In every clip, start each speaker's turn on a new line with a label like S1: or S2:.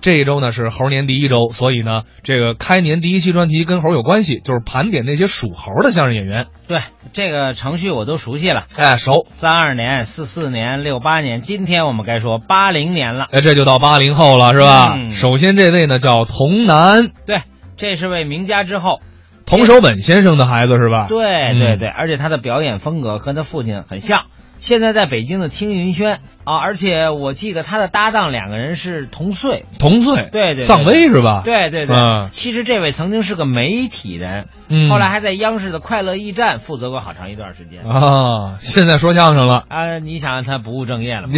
S1: 这一周呢是猴年第一周，所以呢，这个开年第一期专题跟猴有关系，就是盘点那些属猴的相声演员。
S2: 对，这个程序我都熟悉了。
S1: 哎，熟，
S2: 三二年、四四年、六八年，今天我们该说八零年了。
S1: 哎，这就到八零后了，是吧？
S2: 嗯
S1: 首先这位呢叫童楠，
S2: 对，这是位名家之后。
S1: 童守本先生的孩子是吧？
S2: 对
S1: 嗯
S2: 对对，而且他的表演风格和他父亲很像。现在在北京的听云轩啊，而且我记得他的搭档两个人是同岁。
S1: 同岁，
S2: 对对对
S1: 丧威是吧？，
S2: 对对对，
S1: 嗯
S2: 其实这位曾经是个媒体人，
S1: 嗯，
S2: 后来还在央视的《快乐驿站》负责过好长一段时间。
S1: 啊，现在说相声了，
S2: 啊，你想他不务正业了吗？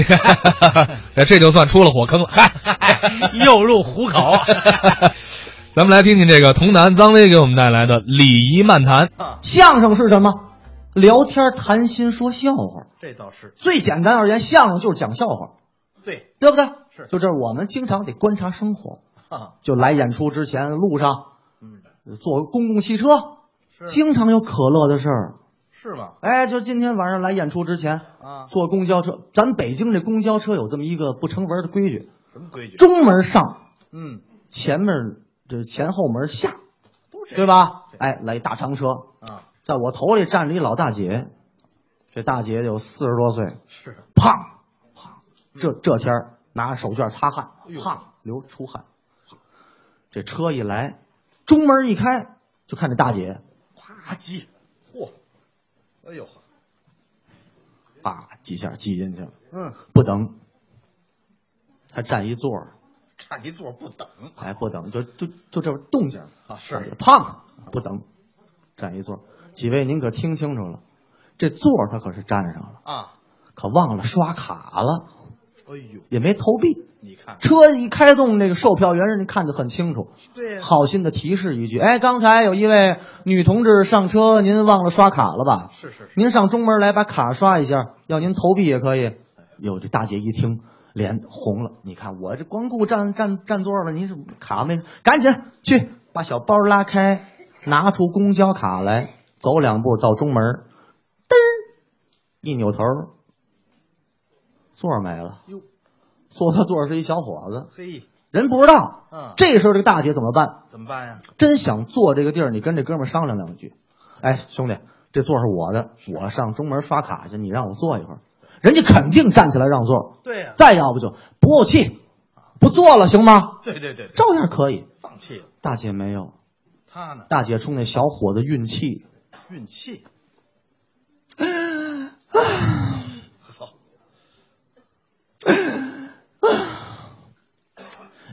S1: 哎这就算出了火坑了。 嗨，
S2: 哎又入 虎口。
S1: 咱们来听听这个童楠张威给我们带来的礼仪漫谈。
S3: 相声是什么？聊天、谈心、说笑话。
S4: 这倒是
S3: 最简单而言，相声就是讲笑话，
S4: 对
S3: 对不对？
S4: 是
S3: 就这儿，我们经常得观察生活。
S4: 啊，
S3: 就来演出之前，路上呃
S4: 嗯，
S3: 坐公共汽车，
S4: 是
S3: 经常有可乐的事儿。
S4: 是吗？
S3: 哎，就今天晚上来演出之前，
S4: 啊，
S3: 坐公交车。咱北京这公交车有这么一个不成文的规矩：
S4: 什么规矩？
S3: 中门上，
S4: 嗯，
S3: 前面这前后门下，
S4: 都这
S3: 对吧？
S4: 对
S3: 哎，来一大长车，
S4: 啊，
S3: 在我头里站着一老大姐，这大姐有四十多岁，
S4: 是
S3: 胖胖，这这天儿拿手绢擦汗
S4: 嗯哎，呦
S3: 胖流出汗。这车一来，中门一开，就看这大姐
S4: 夸叽，嚯，哎呦，
S3: 叭几下挤进去了，
S4: 嗯，
S3: 不等，她占一座儿，
S4: 站一座不等
S3: 还不等，就就就这动静儿，
S4: 啊，
S3: 大姐
S4: 是
S3: 胖不等，占一座儿。几位您可听清楚了，这座儿她可是占上了，
S4: 啊，
S3: 可忘了刷卡了，
S4: 哎呦，
S3: 也没投币。
S4: 你看，
S3: 车一开动，那个售票员人家看得很清楚，
S4: 对呀，
S3: 好心的提示一句：“哎，刚才有一位女同志上车，您忘了刷卡了吧？
S4: 是是是，
S3: 您上中门来把卡刷一下，要您投币也可以。”哟，这大姐一听脸红了，你看我这光顾占占占座了，您是卡没？赶紧去把小包拉开，拿出公交卡来，走两步到中门，噔儿，一扭头，座儿没了。
S4: 哟，
S3: 坐他座儿是一小伙子，
S4: 嘿，
S3: 人不知道。
S4: 啊，
S3: 这时候这个大姐怎么办？
S4: 怎么办呀？
S3: 真想坐这个地儿，你跟这哥们儿商量两句。哎，兄弟，这座是我的，我上中门刷卡去，你让我坐一会儿。人家肯定站起来让座，
S4: 对呀，
S3: 再要不就不怄气，不坐了行吗？
S4: 对对对，对
S3: 照样可以。
S4: 放弃了，
S3: 大姐没有，
S4: 他呢，
S3: 大姐冲那小伙子运气，
S4: 运气，好，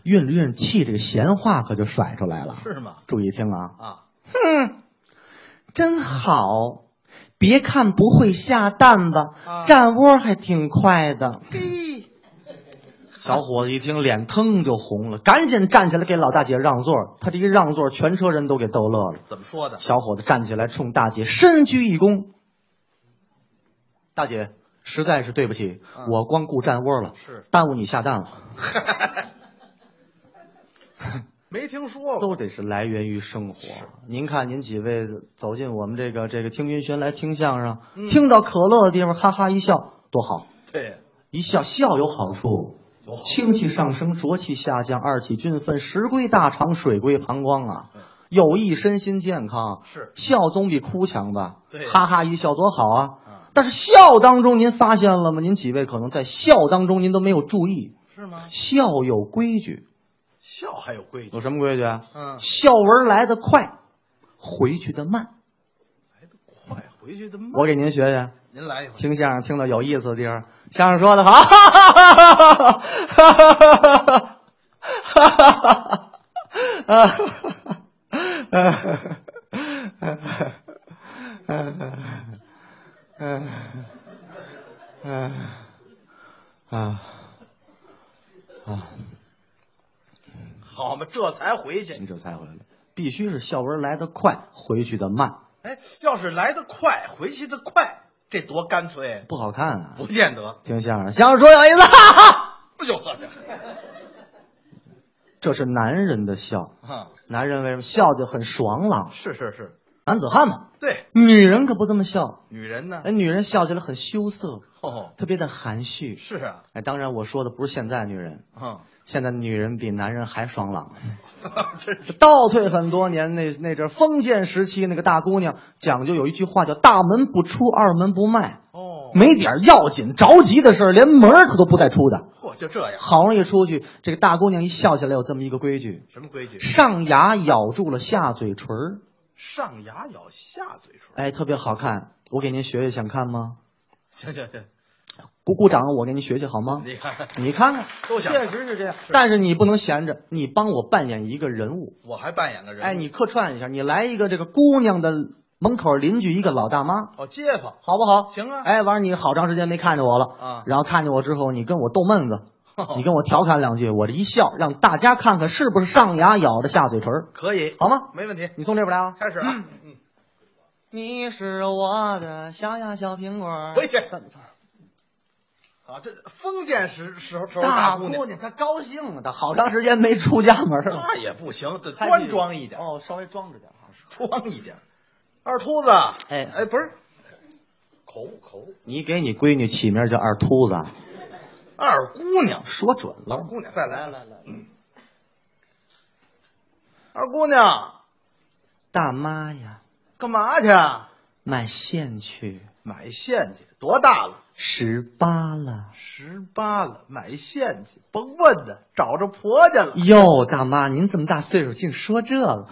S3: 运了运气，这个闲话可就甩出来了。
S4: 是吗？
S3: 注意听啊，
S4: 啊，
S3: 哼，真好。别看不会下蛋吧，
S4: 啊
S3: 站窝还挺快的。
S4: 嘿，
S3: 小伙子一听，脸腾就红了，赶紧站起来给老大姐让座。他这一让座，全车人都给逗乐了。
S4: 怎么 说的？
S3: 小伙子站起来，冲大姐深鞠一躬：“大姐，实在是对不起，
S4: 嗯
S3: 我光顾站窝了，
S4: 是
S3: 耽误你下蛋了。
S4: 没听说过，
S3: 都得是来源于生活。您看，您几位走进我们这个这个听云轩来听相声，
S4: 嗯
S3: 听到可乐的地方，哈哈一笑，多好！
S4: 对，
S3: 一笑笑有好处，
S4: 有
S3: 清气上升，浊气下降，二气均分，食归大肠，水归膀胱啊
S4: 嗯，
S3: 有益身心健康。
S4: 是
S3: 笑总比哭强吧？
S4: 对
S3: 哈哈一笑多好啊！
S4: 啊，
S3: 但是笑当中，您发现了吗？您几位可能在笑当中您都没有注意，
S4: 是吗？
S3: 笑有规矩，
S4: 笑还有规矩，
S3: 有什么规矩啊？
S4: 嗯，
S3: 笑文来得快，回去的慢。
S4: 快回去的慢，
S3: 我给您学学。
S4: 您来一回，
S3: 听相声听到有意思的地方，相声说的好，哈哈哈哈哈哈啊啊！
S4: 好嘛，这才回去。
S3: 你这才回来，必须是笑文来得快，回去的慢，
S4: 哎，要是来得快，回去的快，这多干脆！
S3: 不好看啊！
S4: 不见得，
S3: 听相声，相声说有意思，哈哈，
S4: 不就喝着？
S3: 这是男人的笑。
S4: 啊，
S3: 男人为什么笑就很爽朗？
S4: 是是是，
S3: 男子汉嘛，
S4: 对，
S3: 女人可不这么笑，
S4: 女人呢
S3: 哎，？女人笑起来很羞涩，
S4: 哦，
S3: 特别的含蓄。
S4: 是啊，
S3: 哎，当然我说的不是现在女人，
S4: 嗯，
S3: 现在女人比男人还爽朗。哎
S4: 真 是
S3: 倒退很多年，那那阵儿封建时期，那个大姑娘讲究有一句话叫“大门不出，二门不迈”，
S4: 哦，
S3: 没点儿要紧、着急的事儿，连门儿她都不带出的。
S4: 嚯，就这样，
S3: 好容易出去，这个大姑娘一笑起来有这么一个规矩：
S4: 什么规矩？
S3: 上牙咬住了下嘴唇儿，
S4: 上牙咬下嘴唇。
S3: 哎，特别好看。我给您学学，想看吗？
S4: 行行行，
S3: 鼓鼓掌，我给您学学好吗？
S4: 你看，
S3: 你看看，
S4: 都想
S3: 确实是这样。
S4: 是
S3: 但是你不能闲着，你帮我扮演一个人物。
S4: 我还扮演个人物。
S3: 哎，你客串一下，你来一个这个姑娘的门口邻居一个老大妈，
S4: 哦，街坊
S3: 好不好？
S4: 行啊。
S3: 哎，完了，你好长时间没看见我了，
S4: 啊，
S3: 然后看见我之后，你跟我逗闷子，你跟我调侃两句，我这一笑，让大家看看是不是上牙咬着下嘴唇儿，
S4: 可以，
S3: 好吗？
S4: 没问题。
S3: 你从这边来啊。
S4: 开始啊，嗯，
S3: 你是我的小哎呀小苹果
S4: 回去啊，这封建时时候时候
S3: 大
S4: 姑
S3: 姑
S4: 娘，
S3: 娘她高兴了，她好长时间没出家门了，
S4: 那也不行，得端庄一点，
S3: 哦，稍微装着点啊。
S4: 装一点。二秃子，
S3: 哎
S4: 哎，不是，口误口误，
S3: 你给你闺女起名叫二秃子，
S4: 二姑娘，
S3: 说准
S4: 老
S3: 了。
S4: 姑娘，再来来来，嗯二姑娘，
S3: 大妈呀，
S4: 干嘛去啊？
S3: 买线去，
S4: 买线去，多大了？
S3: 十八了。
S4: 十八了，买线去，甭问的，找着婆家了。
S3: 哟，大妈，您这么大岁数竟说这了？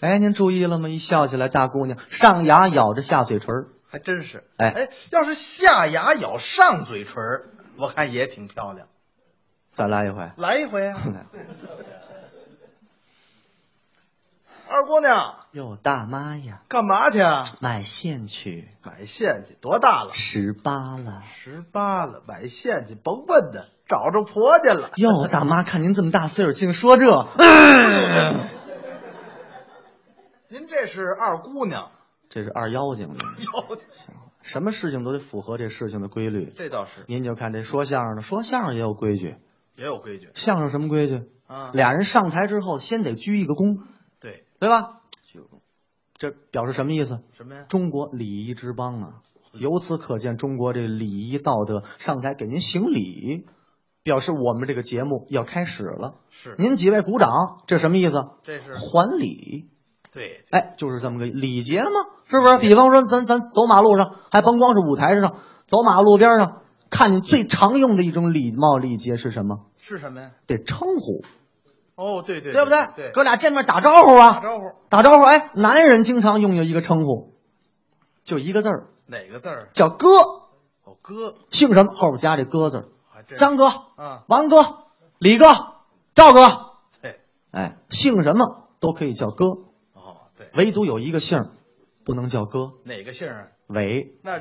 S3: 哎，您注意了吗？一笑起来，大姑娘上牙咬着下嘴唇儿，
S4: 还真是。
S3: 哎
S4: 哎，要是下牙咬上嘴唇儿，我看也挺漂亮。
S3: 再来一 回。
S4: 来一回啊，二姑娘，
S3: 哟，大妈呀，
S4: 干嘛去啊？
S3: 买线去，
S4: 买线去，多大了？
S3: 十八了。
S4: 十八了，买线去，甭问的，找着婆家了。
S3: 哟，大妈，看您这么大岁数，竟说这，
S4: 您这是二姑娘，
S3: 这是二妖精的。
S4: 哟，
S3: 什么事情都得符合这事情的规律。
S4: 这倒是
S3: 您就看这说相声的，说相声也有规矩。
S4: 也有规矩
S3: 相声什么规矩？
S4: 啊。
S3: 俩人上台之后，先得鞠一个躬，
S4: 对，
S3: 对吧？这表示什么意思？
S4: 什么呀？
S3: 中国礼仪之邦啊！由此可见，中国这礼仪道德上台给您行礼，表示我们这个节目要开始了。
S4: 是，
S3: 您几位鼓掌，这什么意思？
S4: 这是
S3: 还礼，
S4: 对，
S3: 哎，就是这么个礼节嘛，是不是？比方说咱，咱走马路上，还甭光是舞台上，走马路边上，看你最常用的一种礼貌礼节是什么？
S4: 是什么呀？
S3: 得称呼，
S4: 哦，对对，
S3: 对不对？
S4: 对，
S3: 哥俩见面打招呼
S4: 打
S3: 啊，
S4: 招呼
S3: 打招呼。哎，男人经常用有一个称呼，就一个字儿，
S4: 哪个字儿？
S3: 叫哥，
S4: 哦，哥，
S3: 姓什么后边加这哥字儿，
S4: 还真是
S3: 张哥、
S4: 啊，
S3: 王哥、李哥、赵哥，
S4: 对，
S3: 哎，姓什么都可以叫哥，
S4: 哦，对，
S3: 唯独有一个姓儿不能叫哥，
S4: 哪个姓啊？
S3: 伟。
S4: 那，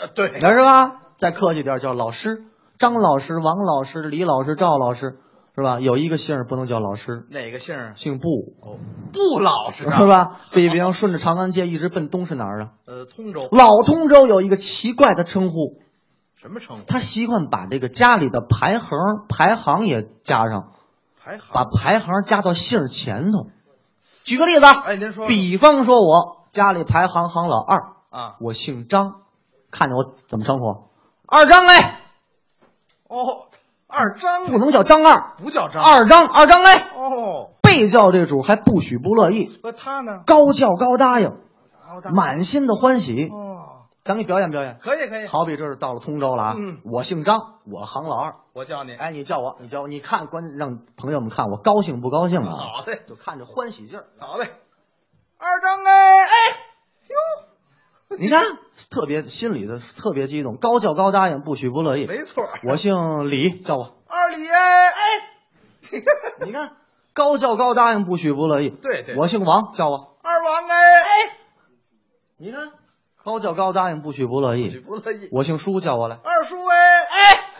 S4: 呃，对，
S3: 那是吧？啊再客气点儿叫老师，张老师、王老师、李老师、赵老师，是吧？有一个姓儿不能叫老师，
S4: 哪个姓啊？
S3: 姓布，
S4: 哦，不老实
S3: 是
S4: 啊。
S3: 吧？比比方顺着长安街一直奔东是哪儿啊？
S4: 呃，通州
S3: 老通州有一个奇怪的称呼，
S4: 什么称呼？
S3: 他习惯把这个家里的排行排行也加上，
S4: 还
S3: 把
S4: 好。
S3: 排行加到姓儿前头。举个例子啊，
S4: 哎，您说
S3: 比方说我家里排行行老二，
S4: 啊？
S3: 我姓张，看着我怎么称呼？二张哎，
S4: 哦，二张
S3: 不能叫张二，
S4: 不叫张
S3: 二张二张哎。
S4: 哦，
S3: 被叫这主还不许不乐意，
S4: 那他呢？
S3: 高叫高答应，
S4: 哦他
S3: 满心的欢喜。
S4: 哦，
S3: 咱给表演表演，
S4: 可以可以，
S3: 好比这是到了通州了啊！
S4: 嗯
S3: 我姓张，我行老二。
S4: 我叫你。
S3: 哎，你叫我，你叫我，你看观让朋友们看我高兴不高兴啊？
S4: 好嘞，
S3: 就看这欢喜劲 儿，
S4: 好嘞，二张哎哎，
S3: 你看特别心里的特别激动，高叫高答应，不许不乐意。
S4: 没错，
S3: 我姓李，叫我。
S4: 二李哎 哎，
S3: 你看高叫高答应，不许不乐意。
S4: 对对
S3: 我姓王，叫我。
S4: 二王哎哎，
S3: 你看高叫高答应，不许不乐
S4: 许
S3: 意。
S4: 不乐意。
S3: 我姓舒，叫我来。
S4: 二叔哎哎，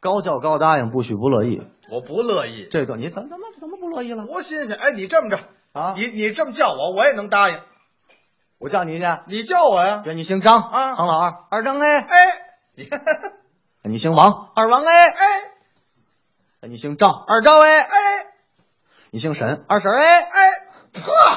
S3: 高叫高答应，不许不乐意。
S4: 我不乐意，
S3: 这段你怎么怎么怎么不乐意了
S4: 多新鲜！哎，你这么着，
S3: 啊？
S4: 你你这么叫我，我也能答应。
S3: 我叫你去，
S4: 你叫我呀？
S3: 对，你姓张
S4: 啊
S3: 张老二，二张哎，
S4: 哎，你
S3: 你姓王，二王哎，
S4: 哎
S3: 你姓赵，二赵哎，
S4: 哎，
S3: 你姓沈，二婶儿哎哎，
S4: 哎，呵，